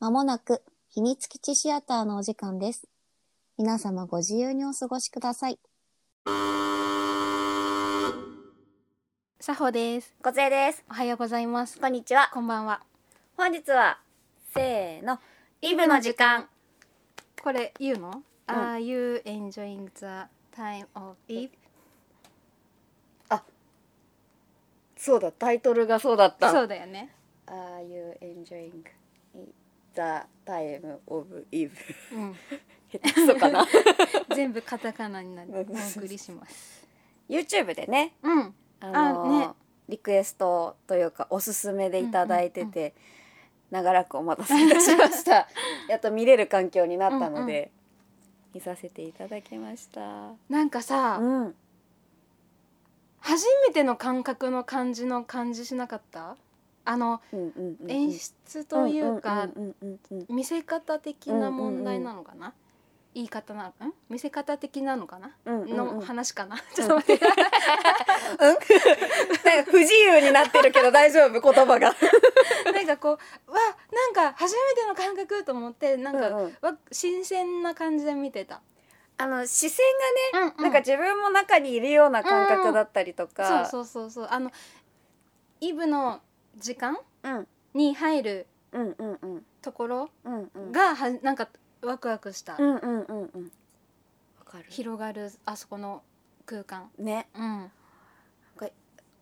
まもなく秘密基地シアターのお時間です。皆様ご自由にお過ごしください。さほです。こつえです。おはようございます。こんにちは。こんばんは。本日は、せーの、イブの時間。これ言うの、?Are you enjoying the time of Eve? そうだ、タイトルがそうだっそうだよね。 Are you enjoying the time of Eve? うん。下手くそか な全部カタカナになりお送りします。 YouTube でね、うん。あのあねリクエストというかおすすめでいただいてて、長らくお待たせいたしました やっと見れる環境になったので、見させていただきましたなんかさ、うん初めての感覚の感じの感じしなかった？あのうんうんうん演出というか、んうんうんうん見せ方的な問題なのかな？言い方なの？ん見せ方的なのかな？うんうんうんの話かな？ちょっと待って。 なんか不自由になってるけど大丈夫言葉が。 なんかこうわなんか初めての感覚と思ってなんか、うんうんわ新鮮な感じで見てた。あの視線がね、うんなんか自分も中にいるような感覚だったりとか、そうそうそうそうあのイブの時間うんに入るうんうんうんところうんうんがはなんかワクワクした、うんうんうんうんわかる広がるあそこの空間。ねうん、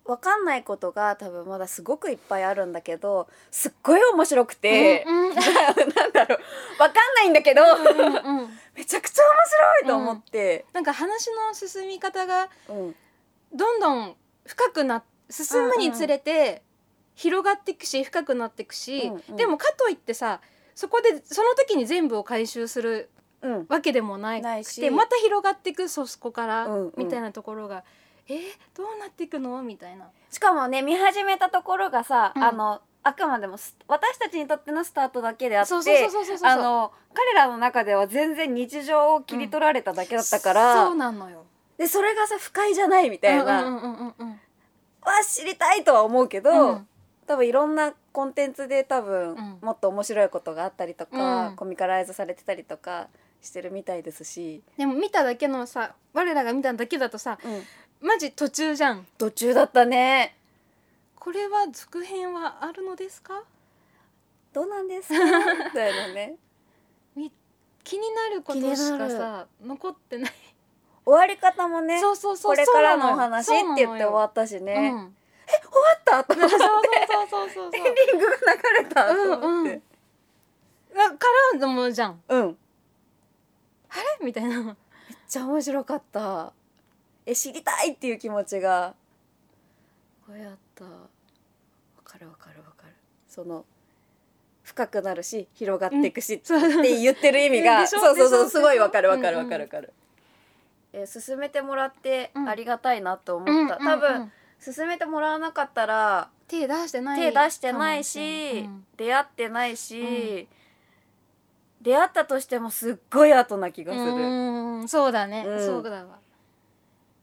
わかんないことが多分まだすごくいっぱいあるんだけどすっごい面白くて、うんうん なんだろうわかんないんだけど、うんうん めちゃくちゃ面白いと思って、なんか話の進み方がうんどんどん深くな進むにつれて広がっていくし深くなっていくし、うんうんでもかといってさそこでその時に全部を回収するうんわけでもないないでしまた広がっていくそそこから、うんうんみたいなところがえー、どうなっていくのみたいな。しかもね見始めたところがさ、うんあのあくまでもス私たちにとってのスタートだけであってそうそうそうそうそうそうあの彼らの中では全然日常を切り取られただけだったから、そうなのよ。でそれがさ不快じゃないみたいな、うんうんうんうんは知りたいとは思うけど、うん多分いろんなコンテンツで多分、うんもっと面白いことがあったりとか、うんコミカライズされてたりとかしてるみたいですし、でも見ただけのさ我らが見ただけだとさうんマジ途中じゃん。途中だったねこれは続編はあるのですかどうなんですか みたいなね気になることしかさ残ってない。終わり方もねそうそうそうこれからのお話ってそうなのよ言って終わったしね、う終わんったと思っそてうそうそうそうそう そうリングが流れたと思っうんてだからでもじゃんうん、あれみたいなめっちゃ面白かったえ知りたいっていう気持ちがこれやったわかるわかるわかるその深くなるし広がっていくし、そうって言ってる意味が でしそょうそうそうでしょすごいわかるでしょうわかるんうわんかるわかる、えー進めてもらってうんありがたいなと思うんった、多分、うん進めてもらわなかったら手出してない手出してないし、うん出会ってないし、う出会ったとしてもすっごい後な気がする、うんそうだねうんそうだわ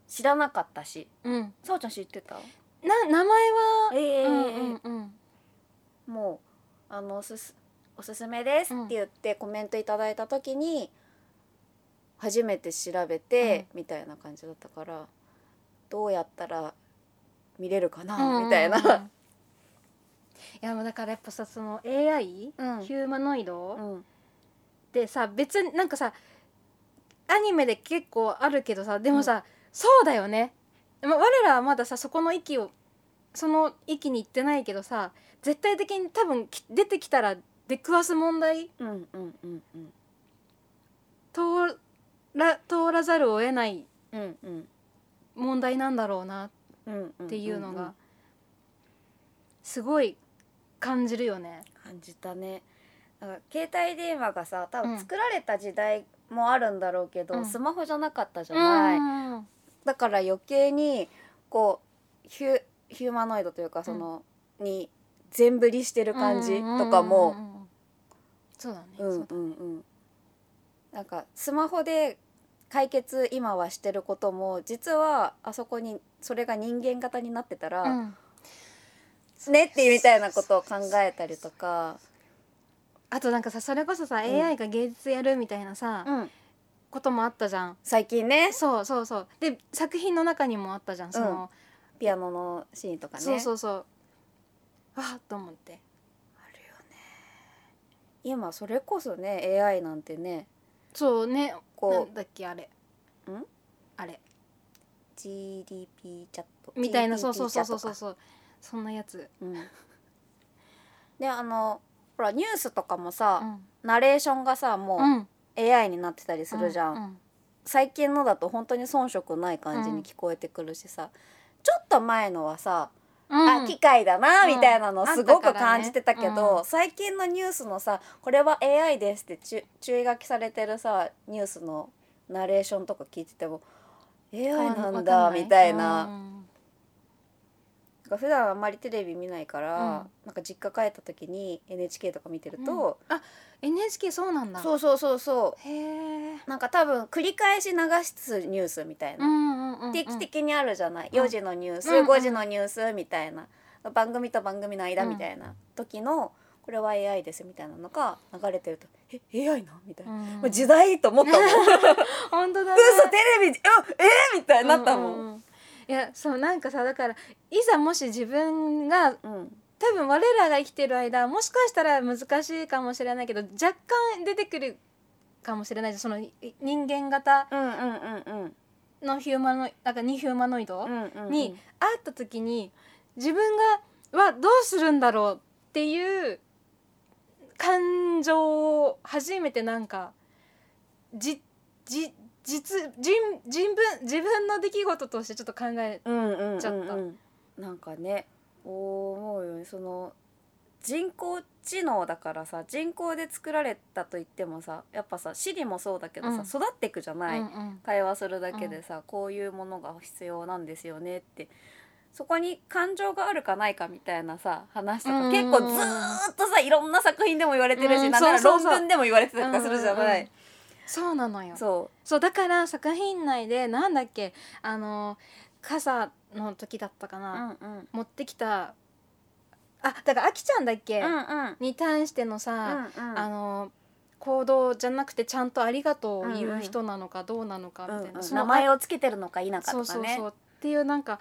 知らなかったしうんさおちゃん知ってたな名前はええうんうんうんもうあのおすすおすすめですって言ってコメントいただいた時に初めて調べてみたいな感じだったからどうやったら見れるかなみたいうんうんうんないやもうだからやっぱさその AI うんヒューマノイドうんでさ別になんかさアニメで結構あるけどさでもさ、そうだよね、まあ、我らはまださそこの域をその域に行ってないけどさ絶対的に多分き出てきたら出くわす問題うんうんうんうん通ら通らざるを得ないうんうん問題なんだろうなうんうんっていうのがすごい感じるよね。感じたねだから携帯電話がさ多うん分作られた時代もあるんだろうけど、うんスマホじゃなかったじうゃない、んだから余計にこうヒュヒューマノイドというかその、に全振りしてる感じとかうんうんもうんうんそうだね、うんうんそううんなんかスマホで解決今はしてることも実はあそこにそれが人間型になってたら、だうんねっていうみたいなことを考えたりとかあとなんかさそれこそさ、ん AI が芸術やるみたいなさ、うん、こともあったじゃん最近ねそうそうそうで作品の中にもあったじゃんその、ピアノのシーンとかねそうそうそうあっと思ってあるよね今それこそね AI なんてねそうねこうなんだっけあれんあれ GDP チャットみたいな GDP そうそうそうチそャうットそうかそうそんなやつうんであのほらニュースとかもさ、うんナレーションがさもううん AI になってたりするじゃん、うん最近のだと本当に遜色ない感じに聞こえてくるしさ、ちょっと前のはさ、うんあ機械だなうんみたいなのすごあっくたからね感じてたけど、うん最近のニュースのさこれは AI ですって注注意書きされてるさニュースのナレーションとか聞いてても AI なんだわかみたいな。うんなんか普段あんまりテレビ見ないから、うんなんか実家帰った時に NHK とか見てると、あ NHK そうなんだそうそうそうそへえうなんか多分繰り返し流すニュースみたいな、定期的にあるじゃない、うん4時のニュース、うんうん5時のニュースみたいな番組と番組の間みたいな時の、これは AI ですみたいなのが流れてると「え AI な?」みたいな、もうも時代と思 ったもん嘘本当だテレビうんえーみたいになったも。うんうういやそうなんかさだからいざもし自分がうん多分我らが生きてる間もしかしたら難しいかもしれないけど若干出てくるかもしれないじゃんそのい人間型うんうんうんうんのヒューマノイなんかニヒューマノイド、うんうんうんに会った時に自分がはどうするんだろうっていう感情を初めてなんかじじ実人人分自分の出来事としてちょっと考えうんうんうんうんちょっとなんかね思うようにその人工知能だからさ人工で作られたといってもさやっぱさ Siri もそうだけどさ、うん育っていくじゃない、うんうん会話するだけでさ、こういうものが必要なんですよねってそこに感情があるかないかみたいなさ話とか、うん結構ずーっとさいろんな作品でも言われてるし、うんなんならそうそう論そう文でも言われて たりとかするじゃない、うんうんうんそうなのよそそうだから作品内でなんだっけあの傘の時だったかう、うな、んうん、持ってきたあだからあきちゃんだっけ、うんうんに対してのうさ、んうんあの行動じゃなくてちゃんとありがとうを言う人なのかどうなのかみたいな、うんうんその名前をつけてるのか否かとかそねうそうそうっていうなんか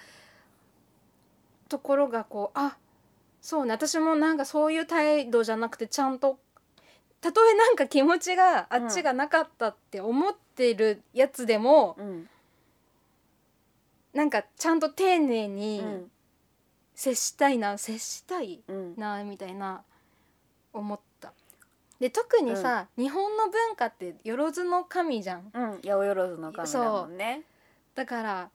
ところがこうあそうね私もなんかそういう態度じゃなくてちゃんとたとえなんか気持ちがあっちがなかったって思ってるやつでも、うんなんかちゃんと丁寧にうん接したいな、接したいうんなみたいな思った。で特にさ、日本の文化ってよろずの神じゃんうん、八百万の神だもんねだから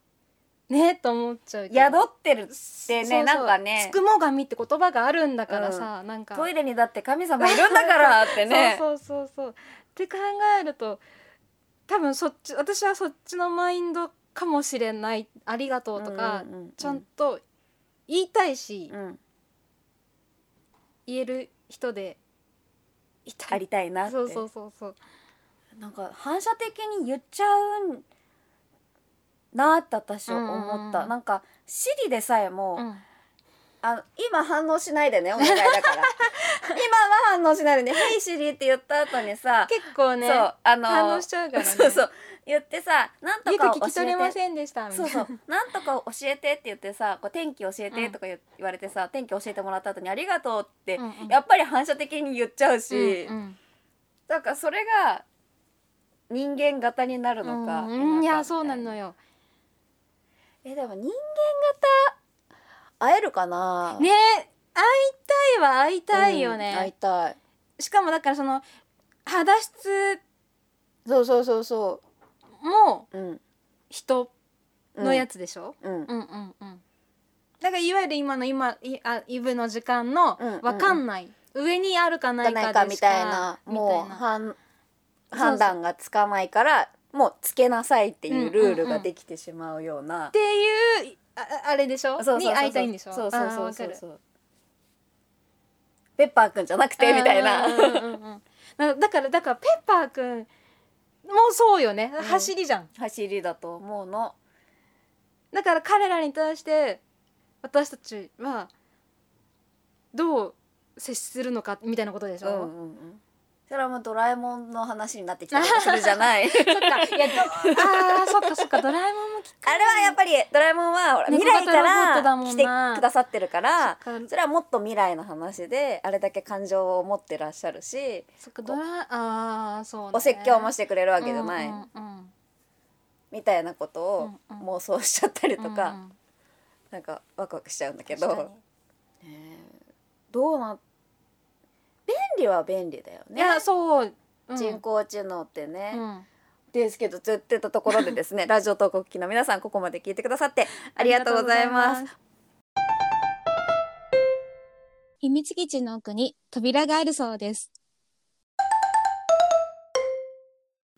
ねと思っちゃうけど宿ってるってそうねそうなんかねつくも神って言葉があるんだからさ、なんかトイレにだって神様いるんだからってねそうそうそうそうって考えると多分そっち私はそっちのマインドかもしれない「ありがとう」とか、うんうんうんうんちゃんと言いたいし、うん言える人でいたあいりたいなってそうそうそうそうなんか反射的に言っちゃうんなって私は思った、うんうんうんなんかシリでさえも、うんあの今反応しないでねお願いだから今は反応しないでね「ヘイシリ」って言った後にさ結構ねそうあの反応しちゃうからねそうそう言ってさなんとよかく聞き取れ教えまてせんでしたみたいそうなそう 「なんとか教えて」って言ってさ「こう天気教えて」とか言言われてさ、天気教えてもらった後に「ありがとう」って、うんうんやっぱり反射的に言っちゃうし、うんうんなんかそれが人間型になるのか、うんうんいやそうなのよよえでも人間型会えるかなね会いたいは会いたいようん会いね、たいしかもだからその肌質そうそうそうそもううん人のやつつでしょ、うんうん、うんうんだからいわゆる今の今いあイブの時間のうんうんうんわかんない、上にあるかなかいないかかでみしかたいなもうみたいな判そう判断がつかないからもうつけなさいっていうルールができてしまうような、っていうあああれでしょそうそうそうそうに会いたいんでしょそうそうあーそうわそかうるそうペッパーくんじゃなくてみたいなうんうんうんうんなだからだからペッパーくんもそうよねん走りじゃん、走りだと思うのだから彼らに対して私たちはどう接するのかみたいなことでしうんうょ、んうんたらもうドラえもんの話になってき たりするじゃないそっかいやどあーそっかそっかドラえもんもきっ あれはやっぱりドラえもんはほら未猫来型かロボットだらも来んてなくださってるからかそれはもっと未来の話であれだけ感情を持ってらっしゃるしそっかドラあーそう、ね、お説教もししてくれるわけじゃない、うんうんみたいなことをうんうん妄想しちゃったりうんとか、うんなんかワクワクしちゃうんだけ確かにど、ねえどうな便利は便利だようんねいやそう、うん、人工知能ってね、うんですけどと言ってたところでですねラジオ投稿機の皆さんここまで聞いてくださってありがとうございます秘密基地の奥に扉があるそうです。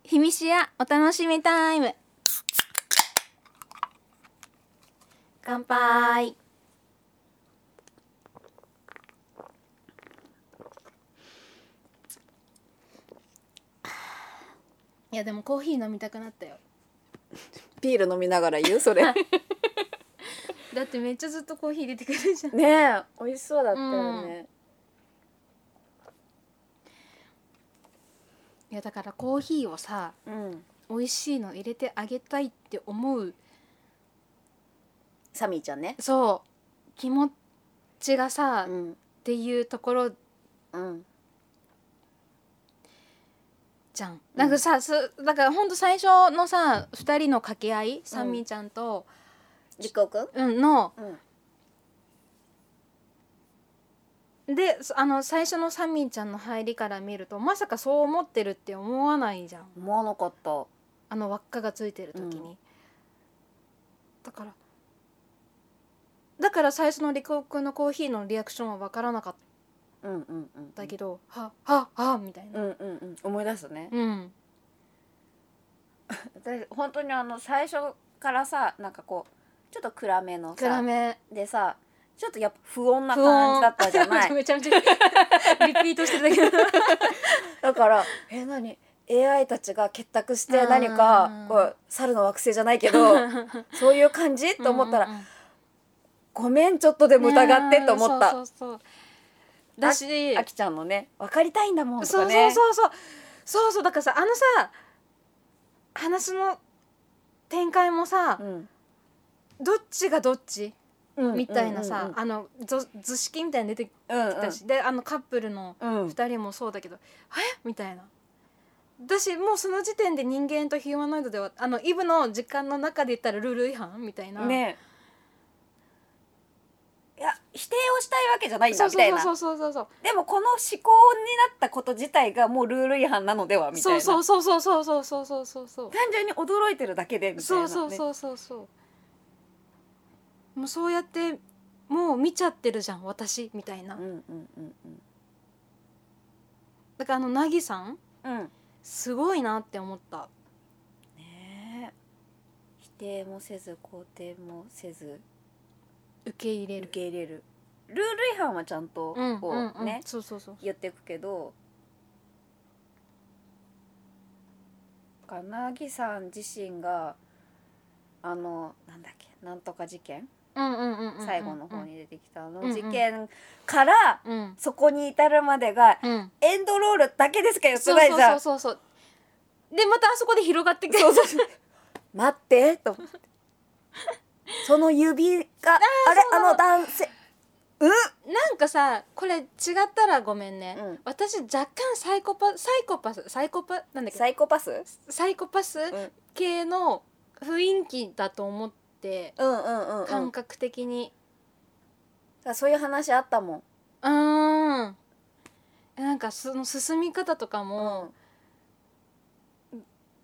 秘密やお楽しみタイム乾杯 いやでもコーヒー飲みたくなったよビール飲みながら言うそれね だってめっちゃずっとコーヒー出てくるじゃんえ美味しそうだったよね、いやだからコーヒーをさうん美味しいの入れてあげたいって思うサミーちゃんねそう気持ちがさ、うっんていうところうんじゃんなんかさ、すだからほんと最初のさ2人の掛け合いサミーちゃんと、リコくんうん、のうんでそあの最初のサミーちゃんの入りから見るとまさかそう思ってるって思わないじゃん思わなかったあの輪っかがついてる時に、うんだからだから最初のリコ君のコーヒーのリアクションは分からなかっうんうんうんたけど「はははみたいうなんうんうん思い出すねうん私本当にあの最初からさなんかこうちょっと暗めの暗さめでさちょっとやっぱ不穏な感じだったじゃないめちゃめちゃ リピートしてたけど だからえ何 AI たちが結託して何うかんこう猿の惑星じゃないけど そういう感じと思ったら、うんうんうんごめんちょっとでも疑ってと思った、ねそうそうそうだしあきちゃんのね分かりたいんだもんとそかうねそうそうそうそうそうだからさあのさ話の展開もさ、うんどっちがどっちうんうんみたいなさ、あのぞ図式みたいに出てきうんうんたし、であのカップルのうんうん2人もそうだけど「えみたいな。だしもうその時点で人間とヒューマノイドではあのイブの時間の中で言ったらルール違反みたいな、ねいや否定をしたいわけじゃないんそだうみたいそうそなうそうそうそうでもこの思考になったこと自体がもうルール違反なのではみたいそうなそうそうそうそうそうそうそうそうそう単純に驚いてるだけでみたいな、そね、うそうそうそうそうもうそうやってもう見ちゃってるじゃん私みたいなうんうんうんうんだからあのなぎさんうんすごいなって思ったねえ否定もせず肯定もせず受け入れ受るけ入れるルール違反はちゃんとうんこう、うんうんねそうそうそう言ってくけどなぎさん自身があのなんだっけなんとか事件、うんうんうんうんうん最後の方に出てきたあのうんうん事件から、うんそこに至るまでがうんエンドロールだけですかよそつうないじゃそんうそうそうでまたあそこで広がってくる待ってと思ってその指 があれそうなあのの男性なんかさこれ違ったらごめんね、うん私若干サイコパサイコパスサイコパなんだっけサイコパスサイコパスん系の雰囲気だと思って、うんうんうん、うん、だ感か覚的にらそういう話あったもんうーんなんかその進み方とかも、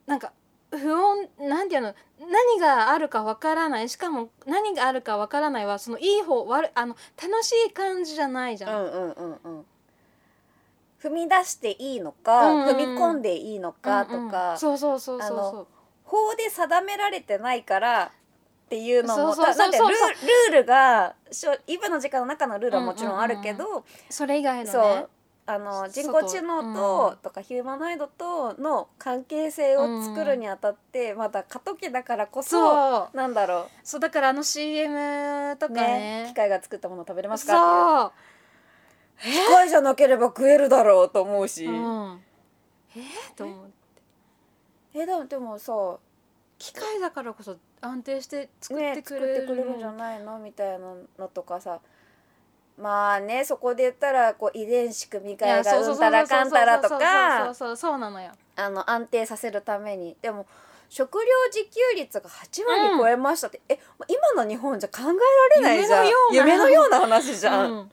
なんか不穏なんていうの何があるかわからないしかも何があるかわからないはそのいい方悪いあの楽しい感じじゃないじうゃん。んうんうんうん踏み出していいのか、うんうんうん踏み込んでいいのかとうんうんか、そうそうそうそうあその法で定められてないからっていうのもそうそうそうそうたなんてルールルールがしょ今の時間の中のルールはもちろんあるけど、うそれ以外のねそうあの外人工知能と、とかヒューマノイドとの関係性を作るにあたって、まだ過渡期だからこそそうなんだろそうだからあの CM とうかねね機械が作ったもの食べれますかっていうそ機械じゃなければ食えるだろうと思うし、う、うん、えー、と思うえでもでもさ機械だからこそ安定して作っねてく作れってる,、くれるんじゃないのみたいなのとかさまあねそこで言ったらこう遺伝子組みい換えやそうがそううそんうたそうらかんたらとそうかそうそうそうなのよあの安定させるためにでも食料自給率が8割超えましたって、えもう今の日本じゃ考えられないじゃん夢夢ののよような話じゃん、うん、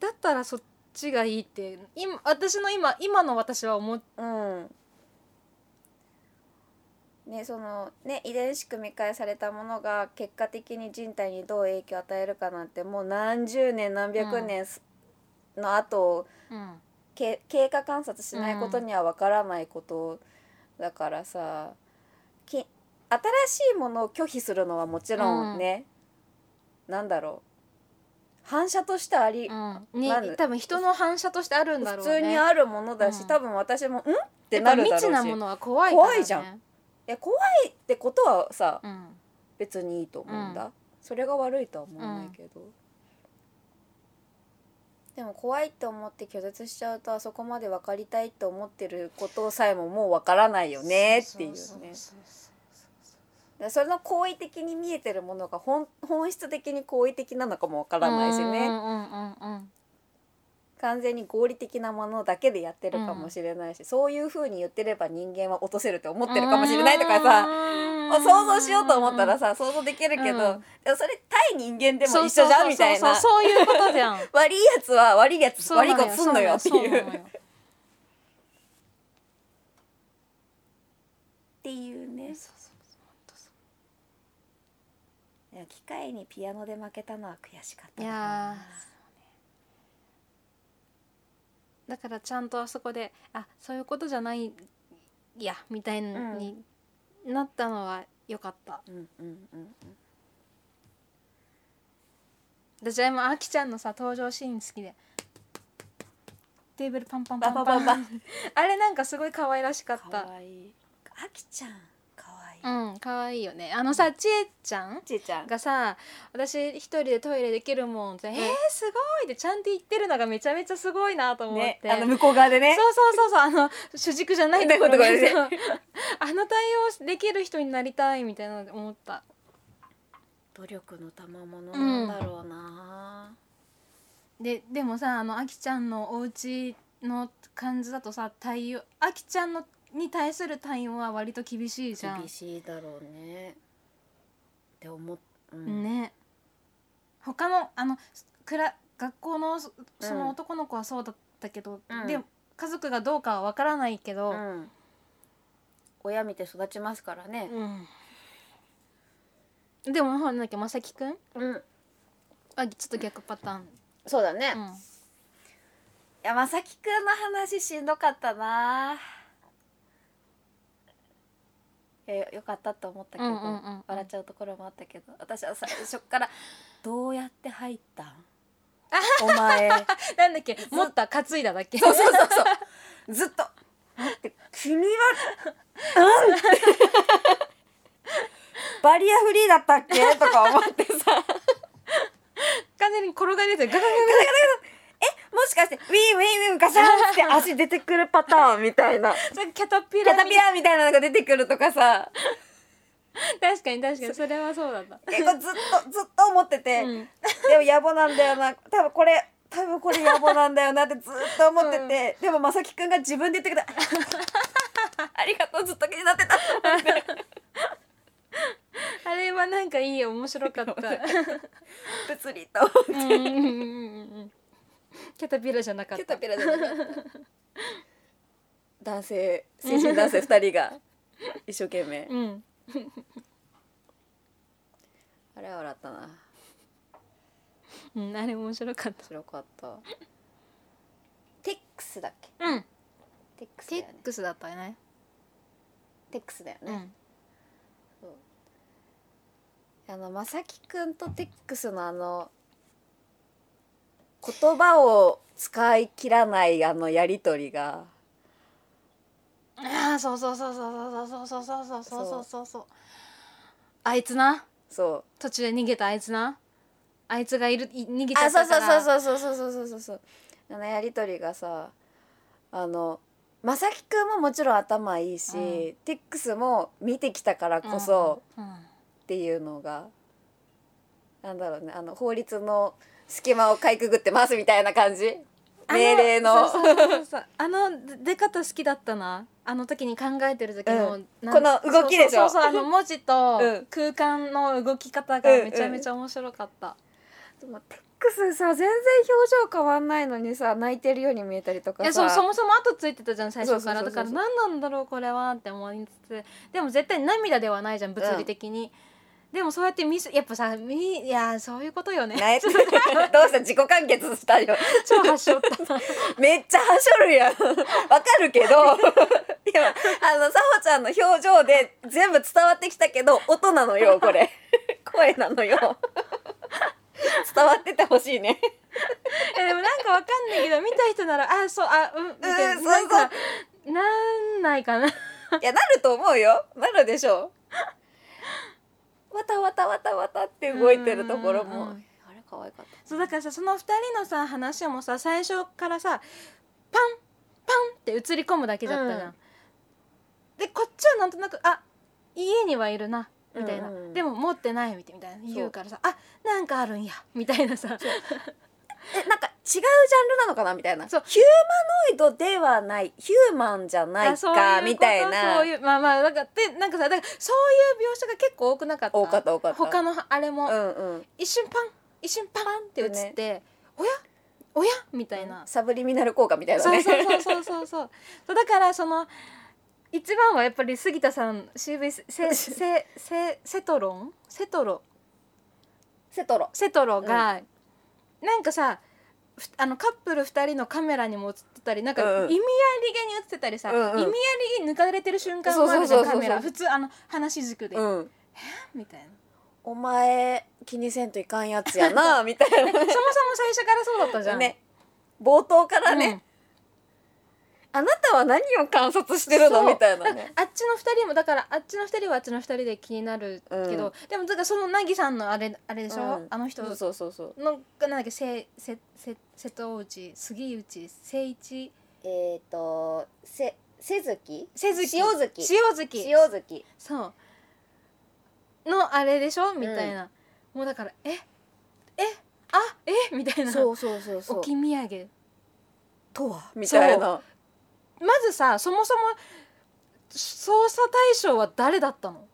だったらそっちがいいって今私の今今の私は思っうんね、そのね遺伝子組み換えされたものが結果的に人体にどう影響を与えるかなんてもう何十年何百年すの後をうんけ経過観察しないことには分からないことだからさ、き新しいものを拒否するのはもちろんね、なんだろう反射としてあり、うんまずね、多分人の反射としてあるんだ普ろうね通にあるものだし、うん多分私も「ん?」ってやっぱなるだろう未し知なものは怖いから、ね、怖いじゃん、え怖いってことはさうん、別にいいと思うんだ、うそれが悪いとは思わないけど、でも怖いって思って拒絶しちゃうとあそこまで分かりたいって思ってることさえももう分からないよねっていうねそそそでその好意的に見えてるものが本本質的に好意的なのかも分かうらないしうねんうんうんうん完全に合理的なものだけでやってるかもしれないし、そういう風に言ってれば人間は落とせるって思ってるかもしれないとかさ、さ想像しようと思ったらさ想像できるけうど、んでもそれ対人間でも一緒じゃんみたいなそういうことじゃん 悪いやつは悪いやつそうな悪のよいことすんのよってそないうのっよていうねそうそうそう本当そいや機械にピアノで負けたのは悔しかったういなやーだからちゃんとあそこであそういうことじゃないやみたいになったのは良かった、うんうんうん私は今あきちゃんのさ登場シーン好きでテーブルパンパンパバンバパンババあれなんかすごい可愛らしかっかたわいいあきちゃんかわいい、うん可愛いよねあのさちえちゃんちいちゃんがさ私一人でトイレできるもんって「えー、すごい!」ってちゃんと言ってるのがめちゃめちゃすごいなと思っねて、あの向こう側でねそうそうそうそうあの主軸じゃないところないでところでそうあの対応できる人になりたいみたいなの思った努力の賜物なんだろうな、ででもさあのあきちゃんのお家の感じだとさ対応あきちゃんのに対する対応は割と厳しいじゃん厳しいだろうねって思っ、うんね他のあのくら学校のそそうのん男の子はそうだったけど、うんで家族がどうかは分からないけど、うん、親見て育ちますからね、うんでもほらなんだっけまさきくんうん、あちょっと逆パターン、そうだね、ういん、やまさきくんの話しんどかったなえよかったと思ったけど、うんうんうんうん笑っちゃうところもあったけど私は最初から 「どうやって入った んお前」 なんだっけ持った担いだだっけそうそうそうそうずっと「待って 君はうん」バリアフリーだったっけ?」とか思ってさ完全に転がり出てガ ガガ もしかして「ウィンウィンウィンガシャン」って足出てくるパターンみ たいな。ガガキャタピキラャタピラーみたいなのが出てくるとかさ確かに確かにそれはそうだった結構ずっとずっと思ってて、うんでも野暮なんだよな多分これ多分これ野暮なんだよなってずっと思ってて、でもまさきくんが自分で言ってくれたありがとうずっと気になってたあれはなんかいいよ面白かった物理と うんうんうんうんうんキャタピラじゃなかった キャタピラじゃなかった男性成人男性2人が一生懸命うん あれは笑ったなうん、あれ面白かった。白かったテックスだっけうん、テックスだテよッねクスだったよね。テックスだよね、うん、あのまさきくんとテックスのあの言葉を使い切らないあのやりとりがああ、そうそうそうそうそうそうそうそうそうそうそうそうそう。あいつな、そ途中で逃げたあいつな。あいつがいる、い逃げうちゃあっそうたそかうら。うそうそうそうそうそうそうそうそうあのやりとりがさあのまさきくんももちろん頭いいし、うんテックスも見てきたからこそっていうのが、なんだろうねあの法律の隙間をかいくぐってますみたいな感じあ命令のそうそうそうそうあので出方好きだったなあの時に考えてる時の、うんなんこの動きでしょそうそうそうあの文字と うん空間の動き方がめちゃめちゃ面白かった、でもテックスさ全然表情変わんないのにさ泣いてるように見えたりとかいさやそうそもそも後ついてたじゃん最初からそだうそうそからうそう何なんだろうこれはって思いつつでも絶対涙ではないじゃん物理的に、でもそうやってミスやっぱさみいやそういうことよ ね泣いてるどうした自己完結したよ超発症った なめっちゃはしょるやんわかるけどでもあのさほちゃんの表情で全部伝わってきたけど音なのよこれ声なのよ伝わっててほしいねいやでもなんかわかんないけど見た人ならあそうあうんみたいなうんなんそうかなんないかないやなると思うよなるでしょうわたわたわたわたって動いてるところうんうんもうあんうんれ可愛かったそうだからさその2人のさ話もさ最初からさパンパンって映り込むだけだったじゃん。うんでこっちはなんとなく「あ家にはいるな」みたいな、うんうんでも持ってないみたいな言うからさ「あなんかあるんや」みたいなさえなんか違うジャンルなのかなみたいなそうヒューマノイドではないヒューマンじゃないあそういうこかとみたいなそういうまあまあなんかでなんかさだからそういう描写が結構多くなかった多かった多かった他のあれも、うんうん一瞬パン一瞬パンって映ってね「おやおや?」みたいな。サブリミナル効果みたいなそうねそうそうそうそうそうそうだからその一番はやっぱり杉田さん CV せせせセトロンセトロセトロセトロが、なんかさふあのカップル2人のカメラにも映ってたりなんかうん意味あうんりげに映ってたりさ、うんうん意味ありげに抜かれてる瞬間もあるじゃんそうそうカそうそうメラ普通あの話軸で、うんみたいなお前気にせんといかんやつ やなみたいそもそも最初からそうだったじゃ。なんね冒頭からうんね、あなたは何を観察してるのそうみたいなねあっちの二人もだからあっちの二人はあっちの二人で気になるけど、うんでもだからそのなぎさんのあれあれでしょ、うんあの 人そうのそうそうそうなんだっけせせせ瀬戸内杉内誠一えっ、とせせずき瀬月塩月塩月塩月そうのあれでしょみたいな、もうだからええあえみたいなそうそうそうそう置き土産とはみたいなまずさそもそも捜査対象は誰だったの、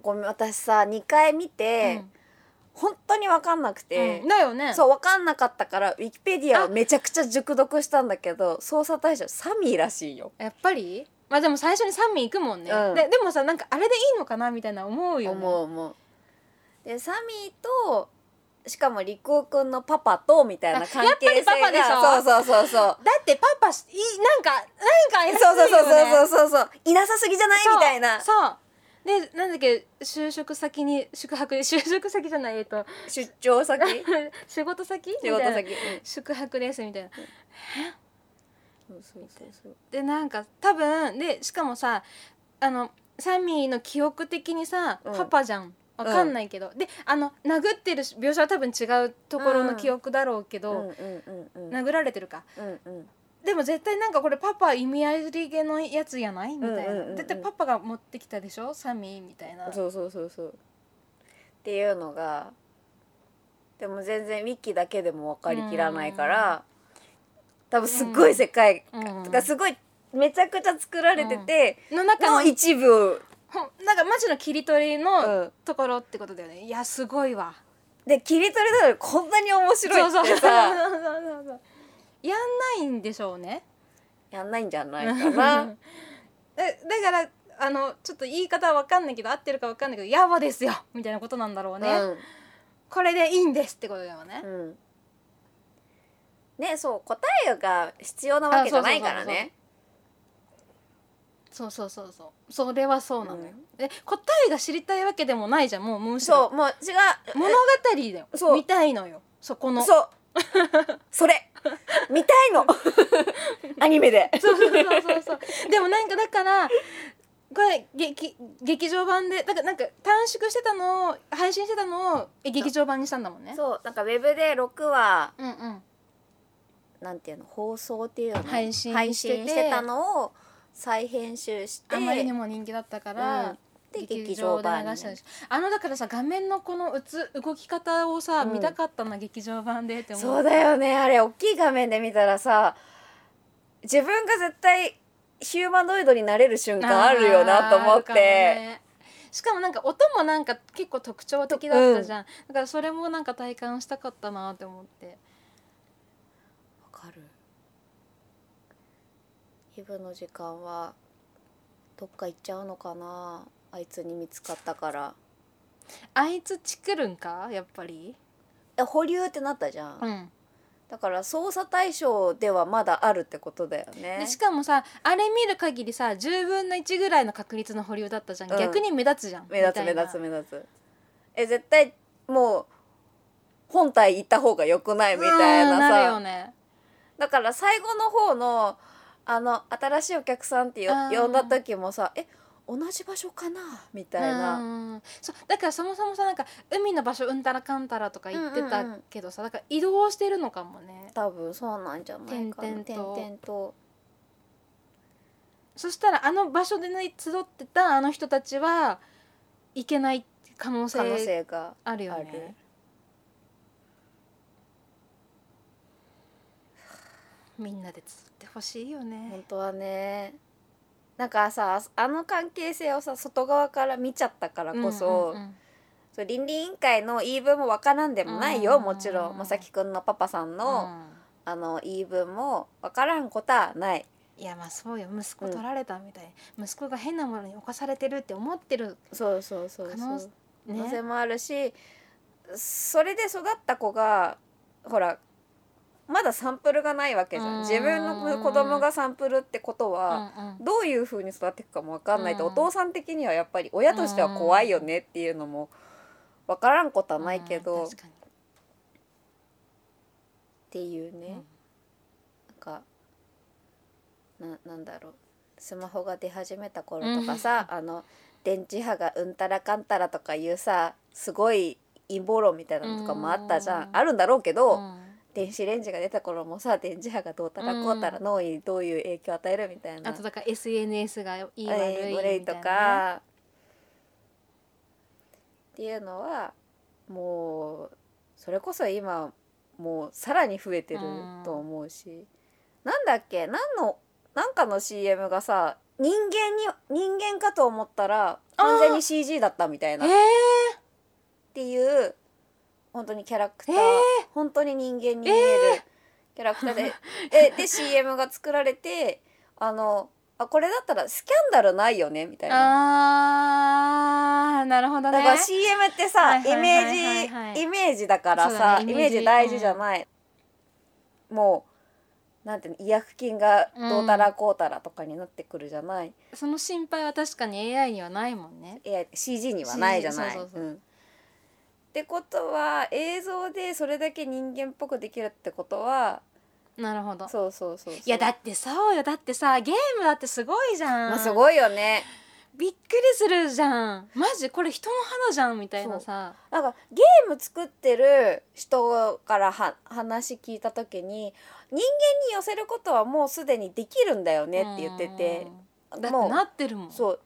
ごめん私さ2回見て、本当に分かんなくて、うんだよねそう分かんなかったからウィキペディアをめちゃくちゃ熟読したんだけど捜査対象サミーらしいよやっぱりまあでも最初に三味行くもんね、うんででもさなんかあれでいいのかなみたいな思うよね思う思うでサミーとしかもリコウくんのパパとみたいな関係性があやっぱりパパでしそうそうそうそうだってパパしいなんかなんか怪しいそうそうそうよねそうそうそういなさすぎじゃないそうみたいなそうでなんだっけ就職先に宿泊 就職先じゃないえっと 出張先仕事先みた仕いな事先宿泊ですみたいなうんそうそうそうでなんか多分でしかもさあのサミーの記憶的にさ、うんパパじゃんわかんないけど、であの殴ってる描写は多分違うところの記憶だろうけうど、んうんうんうん殴られてるかうんうんでも絶対なんかこれパパ意味ありげのやつやないみたいな、うんうんうんうんだってパパが持ってきたでしょサミーみたいなそうそうそうそうっていうのがでも全然ウィキだけでも分かりきらないから多分すっごい世界うんとかすごいめちゃくちゃ作られてての中のの一部ほんなんかマジの切り取りうのんところってことだよねいやすごいわで切り取りなのにこんなに面白いそうそっうてそうさそうそうそうやんないんでしょうねやんないんじゃないだか なだからあのちょっと言い方はわかんないけど合ってるかわかんないけど「やばですよ」みたいなことなんだろうね、これでいいんですってことだよねう、んうんねそう答えが必要なわけじゃないからねそうそうそうそうそれはそうなのよ、うえ答えが知りたいわけでもないじゃんもうむしろそうもう違 う物語だよそう見たいのよそこのそうそれ見たいのアニメで そうそうそうそうそうでもなんかだからこれ劇劇場版でだからなんか短縮してたのを配信してたのをえ劇場版にしたんだもんねそうなんかウェブで6話うんうんなんていうの放送っていうの配信してて配信してたのを再編集してあまりにも人気だったから、うんで劇場版に流したでしょあのだからさ画面のこのうつ動き方をさ、うん見たかったな劇場版でって思そうだよねあれ大きい画面で見たらさ自分が絶対ヒューマノイドになれる瞬間あるよなと思っあーあるかて、もねしかもなんか音もなんか結構特徴的だったじゃん、だからそれもなんか体感したかったなって思ってわかるイブの時間はどっか行っちゃうのかなあいつに見つかったからあいつチクるんかやっぱりえ保留ってなったじゃん、うんだから捜査対象ではまだあるってことだよねでしかもさあれ見る限りさ10分の1ぐらいの確率の保留だったじゃん、うん逆に目立つじゃん目立みつた目いな立つ目立つえ絶対もう本体行った方が良くないみたいうんななさるよねだから最後の方のあの新しいお客さんってよあー呼んだ時もさえ同じ場所かなみたいな、うんそうだからそもそもさなんか海の場所うんたらかんたらとか言ってうんうんうたんけどさ、だから移動してるのかもね多分そうなんじゃないかな転々と転々とそしたらあの場所でね集ってたあの人たちは行けない可能可能性性があるよあるね。みんなで集ってほしいよね本。当はねなんかさあの関係性をさ外側から見ちゃったからこそ、うんうんうんそう倫理委員会の言い分もわからんでもないよ、うんもちろんまさきくんのパパさんの、うあの言い分もわからんことはないんいやまあそうよ息子取られたみたい、息子が変なものに侵されてるって思ってるそうそうそうそう可能可能性ね。もあるしそれで育った子がほらまだサンプルがないわけじゃうんん自分の子供がサンプルってことは、どういう風に育っていくかもわかんないと、うんお父さん的にはやっぱり親としては怖いよねっていうのもわからんことはないけど、うんっ確かにていうね、うんなんかななんだろうスマホが出始めた頃とかさ、あの電磁波がうんたらかんたらとかいうさすごい陰謀論みたいなのとかもあったじゃん、うんあるんだろうけど、うん電子レンジが出た頃もさ電磁波がどうたらこうたらう脳にどういう影響を与えるみたいな、あとだから SNS がいい悪えいみーグたレいイなとね、かっていうのはもうそれこそ今もうさらに増えてると思うし、なんだっけ何のなんかの CM がさ人間に人間かと思ったら完全あにー CG だったみたいなえっーていう本当にキャラクター、えー本当に人間に見えるキャラクターで、えで CM が作られてあのあこれだったらスキャンダルないよねみたいな。あーなるほどねだから CM ってはさいはいイはいはいメはーいジイメージだからそうさだねイイメメーージジ大事じゃないもうなんていうの医薬金がどうたらこうたらとかになってくるじゃないその心配は確かに AI にはないもんね AI CG にはないじゃない。そうそうそううんってことは映像でそれだけ人間っぽくできるってことはなるほどそうそうそうそういやだってそうよだってさゲームだってすごいじゃん、まあすいごいよねびっくりするじゃんマジこれ人の肌じゃんみたいなさなんかゲーム作ってる人からは話聞いた時に人間に寄せることはもうすでにできるんだよねって言っててうんだってもなってるもんうそう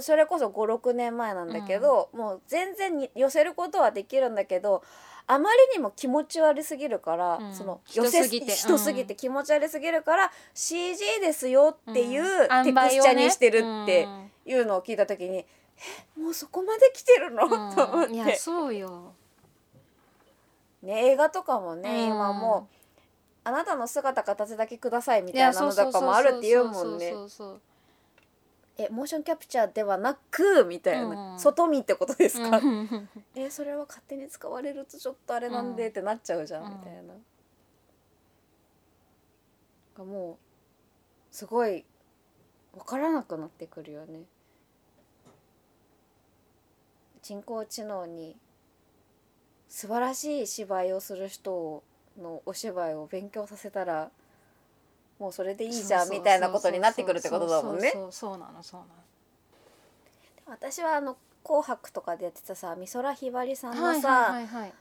それこそ56年前なんだけど、もう全然に寄せることはできるんだけどあまりにも気持ち悪すぎるから、うんその人すぎて寄せ人すぎて気持ち悪すぎるから、CG ですよっていううんテクスチャにしてるって塩梅をねいうのを聞いた時に、えもうそこまで来てるの、うんと思っうんいやて。そうよね、映画とかもね、うん今もうあなたの姿形だけくださいみたいなのとかもあるっていうもそうそうそうんねそうそうえモーションキャプチャーではなくみたいな、うん外見ってことですか、うんうんえそれは勝手に使われるとちょっとあれなんでってなっちゃうじゃん、うんみたいな、がもうすごい分からなくなってくるよね人工知能に素晴らしい芝居をする人をのお芝居を勉強させたらもうそれでいいじゃんみたいなことになってくるってことだもんそねうそうそうそうなのそうなの私はあの「紅白」とかでやってたさ美空ひばりさんはのいさ、はいはいはい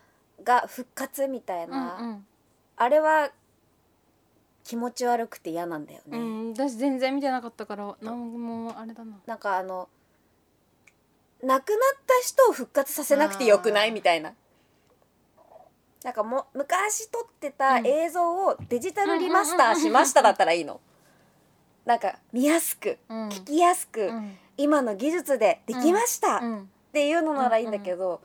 が復活みたいな、うんうんあれは気持ち悪くて嫌なんだようね、ん、私全然見てなかったから何もあれだななんかあの亡くなった人を復活させなくてよくなあいーみたいななんかもう昔撮ってたうん映像をデジタルリマスターしましただったらいいのなんか見やすくうん聞きやすく、うん今の技術でできました、うっんていうのならいいんだけど、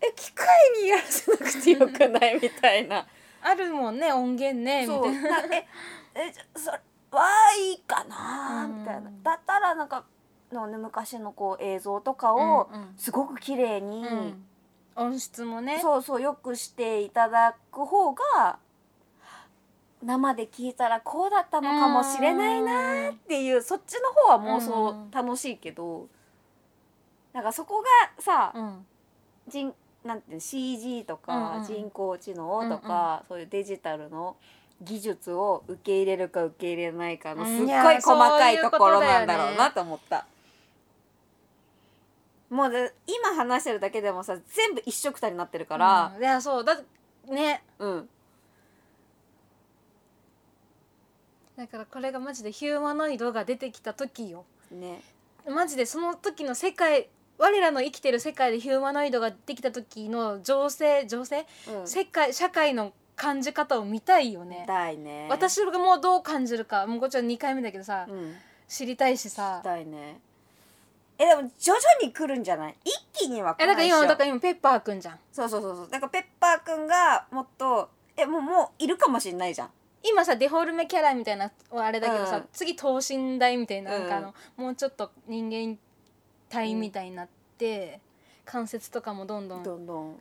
え機械にやらせなくてよくないみたいなあるもんね音源ねみたいそうななええじゃそれはいいかなうんみたいな、だったらなんかの、ね、昔のこう映像とかをうんうんすごく綺麗に、うん音質もねそうそうよくしていただく方が生で聞いたらこうだったのかもしれないななっていうそっちの方は妄う想ん楽しいけど、なんかそこがさ、うん人なんていうの CG とうんうかん人工知能とか、そういうデジタルの技術を受け入れるか受け入れないかのすっごいいや細かそういいうことところなだんだよねろうなと思った。もうで今話してるだけでもさ全部一緒くたになってるから、うんいやそうだねうんだからこれがマジでヒューマノイドが出てきた時よねマジでその時の世界我らの生きてる世界でヒューマノイドができた時の情勢情勢、うん世界社会の感じ方を見たいよねだいね私がもうどう感じるかもうこっちは2回目だけどさ、うん知りたいしさだいねえでも徐々に来るんじゃない一気には来えなだからいでしょ今だから今ペッパーくんじゃんそうそうそうそうだからペッパーくんがもっとえもうもういるかもしれないじゃん今さデフォルメキャラみたいなあれだけどさ、うん次等身大みたいな,、うんなんかあのもうちょっと人間体みたいになって、関節とかもどんどんどんどん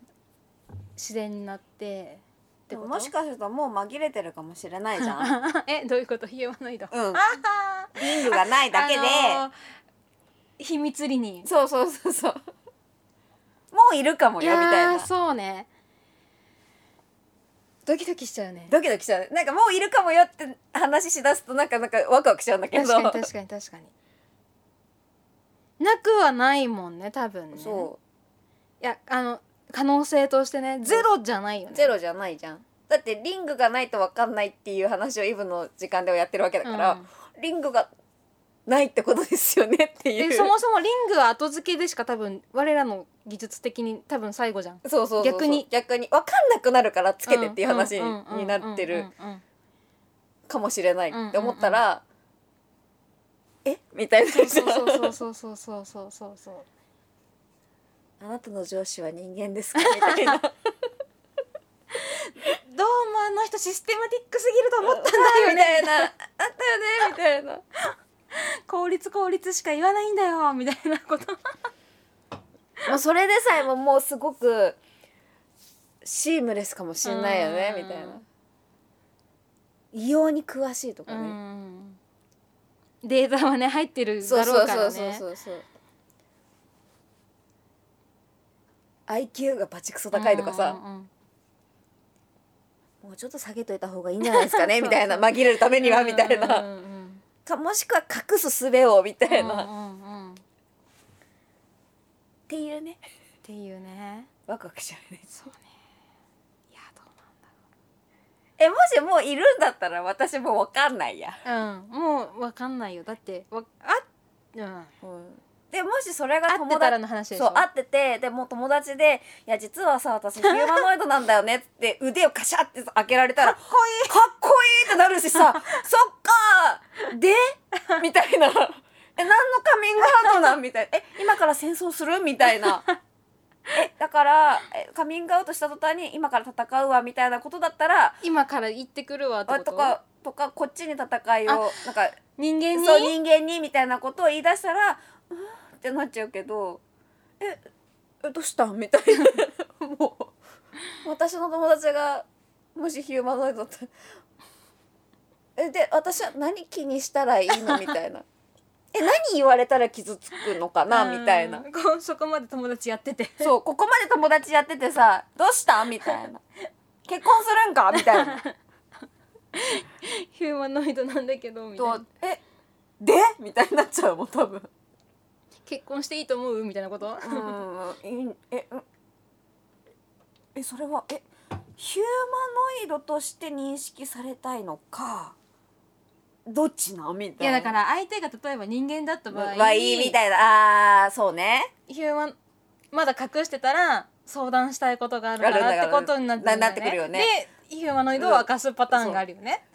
自然になってってでこもともしかするともう紛れてるかもしれないじゃん えどういうことヒューマノイド うんあーリングがないだけで、あのー秘密裏にそうそうそうそうもういるかもいよみたやいーなそうねドキドキしちゃうねドキドキしちゃうなんかもういるかもよって話しだすとなんかなんかワクワクしちゃうんだけど確かに確かに確かになくはないもんね多分ねそいやあの可能性としてねゼロじゃないようねゼロじゃないじゃんだってリングがないと分かんないっていう話をイブの時間ではやってるわけだから、リングがないってことですよねってうんいうでそもそもリングは後付けでしか多分我らの技術的に多分最後じゃんそうそうそうそう逆に逆に分かんなくなるからつけてっていう話にになってうるんうんうんうんかもしれないうんうんうんって思ったら、えみたいなそうそうそうそうそうそうそうそうあなたの上司は人間ですかみた いなどうもあの人システマティックすぎると思ったんだよみねたいなあったよねみたいな効率効率しか言わないんだよみたいなこともうそれでさえももうすごくシームレスかもしれないよねうんみたいな異様に詳しいとかうね、んデータはね入ってるそうだそろううかそらうそうねそうそう IQ がバチクソ高いとかさ、うんうんもうちょっと下げといた方がいいんじゃないですかね そうみたいな紛れるためうんにはみたいうんなうんうんかもしくは隠す術をみたいな、うっんうんうんっていうねていうねワクワクしちゃうねそうねいやどうえもしもういるんだったら私もう分かんないや、なんだろううんもうわかんないよだってわあうんでもしそれが会って友たら達の話でしょそう会っててでもう友達で「いや実はさ私ヒューマノイドなんだよね」 って腕をカシャって開けられたらかっこいいかっこいいってなるし さそっかーでみたいな「え何のカミングアウトなん?」みたいな「え今から戦争する?」みたい な。えだからえカミングアウトした途端に今から戦うわみたいなことだったら今から行ってくるわってあこととかとかこっちに戦いをなんか人間にそう人間にみたいなことを言い出したら「うん」ってなっちゃうけど「ええどうしたん?」みたいなもう私の友達がもしヒューマノイドだったら「えで私は何気にしたらいいの?」みたいな 「え何言われたら傷つくのかな?」みたいなうんこうそこまで友達やっててそうここまで友達やっててさ「どうしたん?」みたいな「結婚するんか?」みたいなヒューマノイドなんだけどみたいとな「えで?」みたいになっちゃうもん多分。結婚していいと思うみたいなことうんいいえうんえそれはえヒューマノイドとして認識されたいのかどっちなみいたいやな。だから相手が例えば人間だった場合わいいみたいな。ああー、そうね。ヒューマンまだ隠してたら相談したいことがあるからってことになっちゃうんだななってくるよねでヒューマノイドを明かすパターンがあるよね、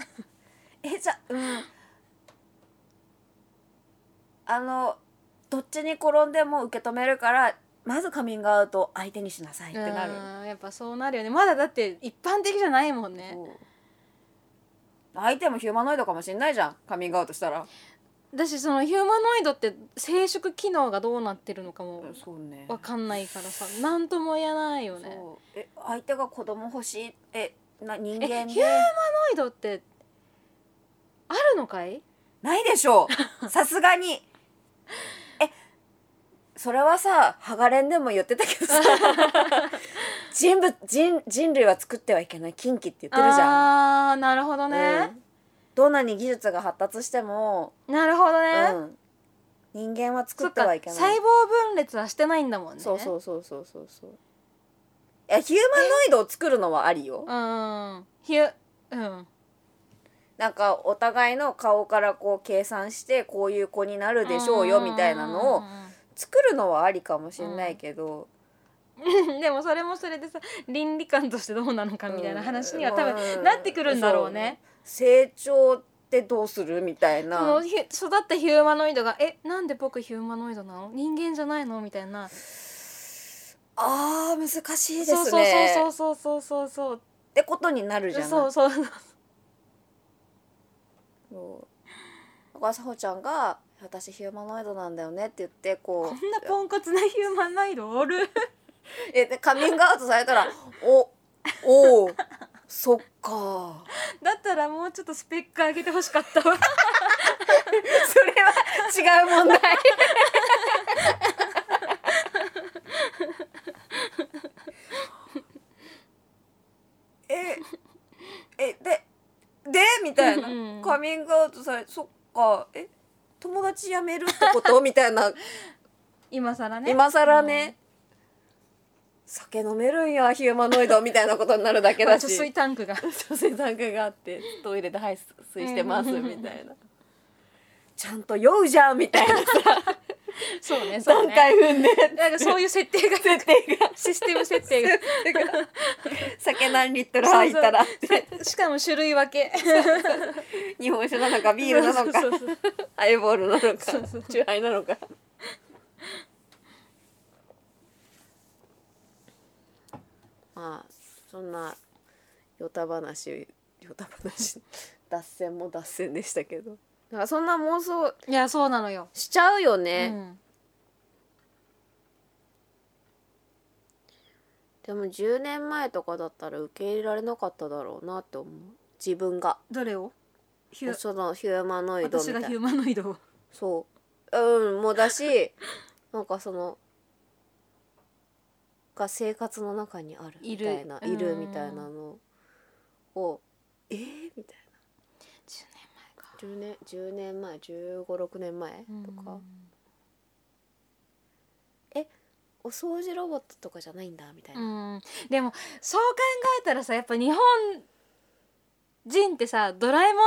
え、じゃ、うん。あの、どっちに転んでも受け止めるから、まずカミングアウトを相手にしなさいってなる。うんやっぱそうなるよねまだだって一般的じゃないもんねそう相手もヒューマノイドかもしれないじゃんカミングアウトしたら、だしそのヒューマノイドって生殖機能がどうなってるのかもそうねわかんないからさ何とも言えないよねヒューマそうえ相手が子供欲しいえな人間えでヒューノイドってあるのかいないでし ょうさすがにえそれはさハガレンでも言ってたけ どさ人物人人類は作ってはいけない禁忌って言ってるじゃん、あーなるほどねう、んどんなに技術が発達しても、なるほどね、うん、人間は作そっってかは細いけ胞ない分裂はしてないんだもんねそうそうそうそうそうそういやヒューマノイドを作るのはありようんヒュうんなんかお互いの顔からこう計算してこういう子になるでしょうよみたいなのを作るのはありかもしれないけうど、んでもそれもそれでさ倫理観としてどうなのかみたいな話にはうん多分なってくるんだろうね。そう成長ってどうするみたいそなのひ育ったヒューマノイドが「えなんで僕ヒューマノイドなの人間じゃないの?」みたいなあー難しいですねそうそうそうそうそうそうそうってことになるじゃないそうそうそうそうだからさほちゃんが「私ヒューマノイドなんだよね」って言ってこうこんなポンコツなヒューマノイドおる えでカミングアウトされたら「おおうそっか」だったらもうちょっとスペック上げてほしかったわ それは違う問題。 え、え、で、でみたいなうん。カミングアウトされ、そっか、え、友達辞めるってことみたい な、今更ね今更ね。酒飲めるんや、ヒューマノイドみたいなことになるだけまあだし。貯水タンクが貯水タンクがあってトイレで排水してますみたいなちゃんと酔うじゃんみたいなそうねそう段ね階踏んでなんかそういう設定が設定がシステム設定が酒何リットル入ったら しかも種類分け日本酒なのかビールなのかそうそうそうハイボールなのそうそうかチューハイなのかまあそんなヨタ話ヨタ話脱線も脱線でしたけどなんかそんな妄想いやそうなのよ、しちゃうようね、ん、でも10年前とかだったら受け入れられなかっただろうなって思う自分がどれをヒュそのヒューマノイドみ私たがいなヒューマノイドをそううんもうだし なんかそのが生活の中にあるみたいないるいるうんみたいなのをえー、みたい10な10年10年前1 5 6年前年と前かか、お掃除ロボットとかじゃないんだみたいな、うん、でもそう考えたらさやっぱ日本人ってさ「ドラえも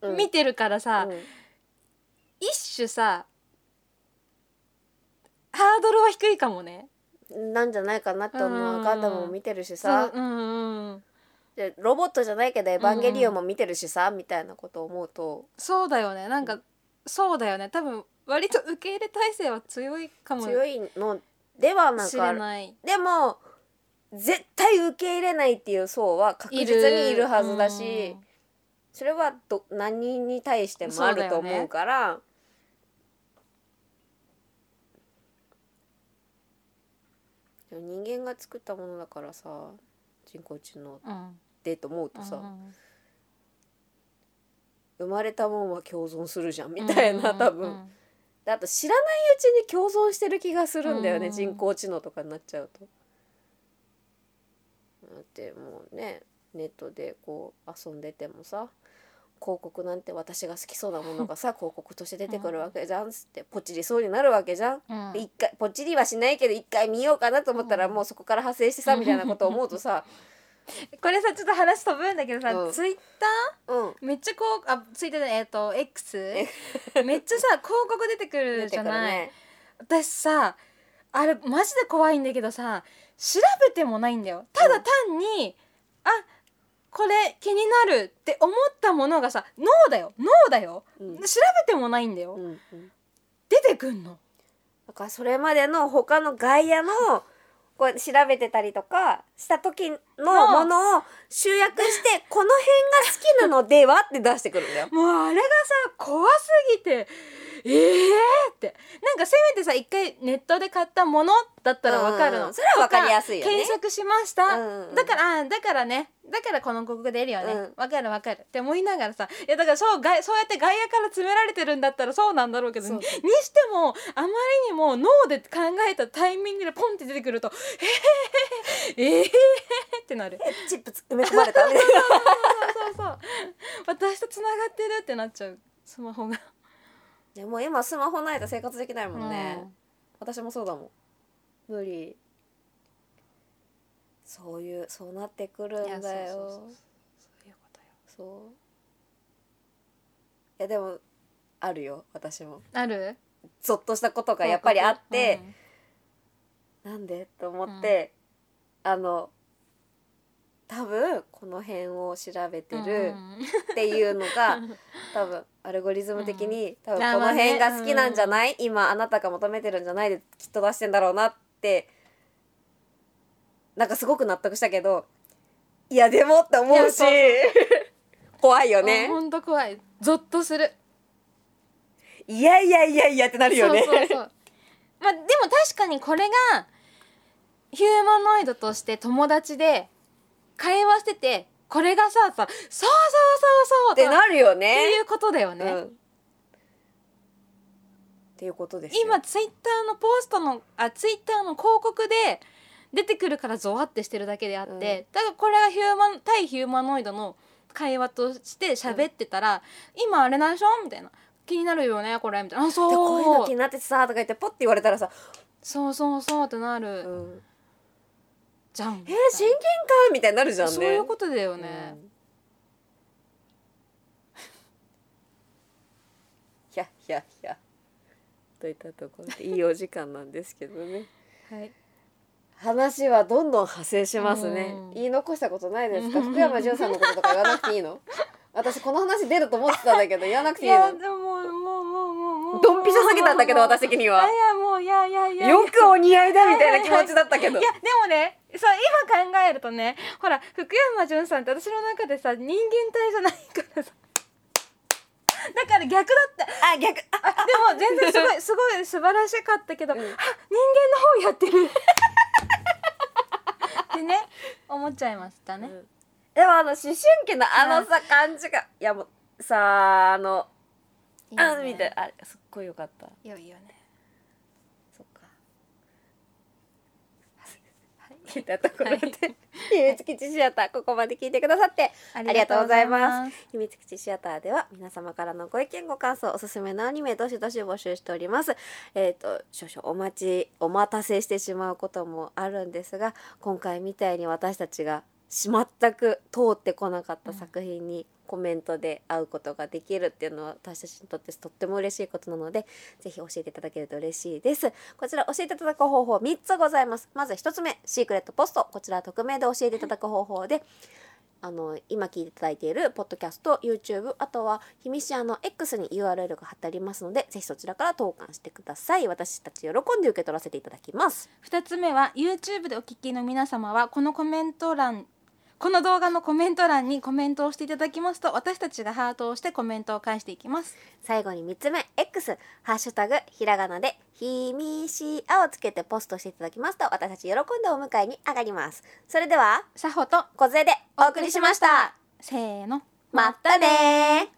うんん」見てるからさ、うん一種さハードルは低いかもねなんじゃないかなって思う、うんガンダムも見てるしさそううんうんでロボットじゃないけど「エヴァンゲリオン」も見てるしさ、みたいなことを思うとそうだよねなんかそうだよね多分割と受け入れ体制は強いかも強いのではなんしかあれるないでも絶対受け入れないっていう層は確実にいるはずだしそれはど何に対してもあると思うからでも人間が作ったものだからさ人工知能うん、うんでと思うとさ、うん生まれたもんは共存するじゃんみたいな、うん多分。うんであと知らないうちに共存してる気がするんだよね、うん人工知能とかになっちゃうと。だってもうねネットでこう遊んでてもさ広告なんて私が好きそうなものがさ広告として出てくるわけじゃんっつってポチりそうになるわけじゃん。うんで一回ポチりはしないけど一回見ようかなと思ったらうんもうそこから派生してさうんみたいなことを思うとさこれさちょっと話飛ぶんだけどさ、うんツイッタうんーめっちゃこうあツイッターじゃないえっ、と X めっちゃさ広告出てくる出てじゃくるない、ね私さあれマジで怖いんだけどさ調べてもないんだよただ単に、あこれ気になるって思ったものがさ脳だよ脳だようん調べてもないんだよ、うんうん出てくんのだからそれまでの他の外野のこう調べてたりとかした時のものを集約してこの辺が好きなのではって出してくるん だよ。もうあれがさ怖すぎてええー、ってなんかせめてさ一回ネットで買ったものだったらわかるうんうのんそれはわかりやすいよね検索しました、うんうんだからあーだからねだからこの広告出るよねうんわ、かるわかるって思いながらさいやだからそう外そうやって外野から詰められてるんだったらそうなんだろうけどそうにしてもあまりにも脳で考えたタイミングでポンって出てくると「えー、えー、ってなる。チップ埋め込まれたみ たいそうそうそう 私とつながってるってなっちゃうスマホが。なもう今スマホないと生活できないもんね、うん私もそうだもん無理そういうそうなってくるんだよそうそういうことよいやでもあるよ私もあるゾッとしたことがやっぱりあって、うんなんでと思って、あの多分この辺を調べてるうんってい うのが、うん多分アルゴリズム的に、多あ分こまあのね辺が好きなんじゃない、今あなたが求めてるんじゃないできっと出してんだろうなってなんかすごく納得したけどいやでもって思うしい 怖いよあねほんと怖いゾッとするいやいやいやいやってなるよねそうそうそうまあでも確かにこれがヒューマノイドとして友達で会話しててこれがささそうそうそうそうとってなるよってねいうことだよね、うんっていうことですよ今ツイッターのポストのあツイッターの広告で出てくるからゾワってしてるだけであって、うんだからこれがヒューマン対ヒューマノイドの会話として喋ってたら、今あれなんでしょみたいな気になるよねこれみたいなあでこういうそのう気になっててさとか言ってポッて言われたらさそうそうそうってなる、うんじゃんえー、親近感みたいになるじゃんね。そういうことだよね、うんひゃっひゃっひゃ。といったところでいいお時間なんですけどね。はい話はどんどん派生しますねうん。言い残したことないですか。うん福山潤さんのこととか言わなくていいの。私この話出ると思ってたんだけど、言わなくいていいやの。でももうもうもうもうもうドンピシャすぎたんだけど、私的にいや。はいやもういやいやいやいやよくお似合いだみたいな気持ちだったけどい。やでもねそう今考えるとねほら福山潤さんって私の中でさ人間体じゃないからさだから逆だったあ、逆。ああでも全然すごいす ごい素晴らしかったけど、あ人間の方やってるってね思っちゃいましたね、でもあの思春期のあのさ感じが、いやもうさああのいいあよねみたいなあれすっごい良かった良いよねそっかはいだところはで、い秘密基地シアターここまで聞いてくださってありがとうございます秘密基地シアターでは皆様からのご意見ご感想おすすめのアニメどしどし募集しておりますえっ、と少々お待ちお待たせしてしまうこともあるんですが今回みたいに私たちがし全く通ってこなかった作品にコメントで会うことができるっていうのは私たちにとってとっても嬉しいことなのでぜひ教えていただけると嬉しいですこちら教えていただく方法3つございますまず1つ目シークレットポストこちらは匿名で教えていただく方法であの今聞いていただいているポッドキャスト YouTube あとはひみしあの X に URL が貼ってありますのでぜひそちらから投函してください私たち喜んで受け取らせていただきます2つ目は YouTube でお聞きの皆様はこのコメント欄この動画のコメント欄にコメントをしていただきますと私たちがハートをしてコメントを返していきます最後に3つ目 X ハッシュタグひらがなでひみしあをつけてポストしていただきますと私たち喜んでお迎えに上がりますそれではさほと小杖でお送りしましたせーのまったねー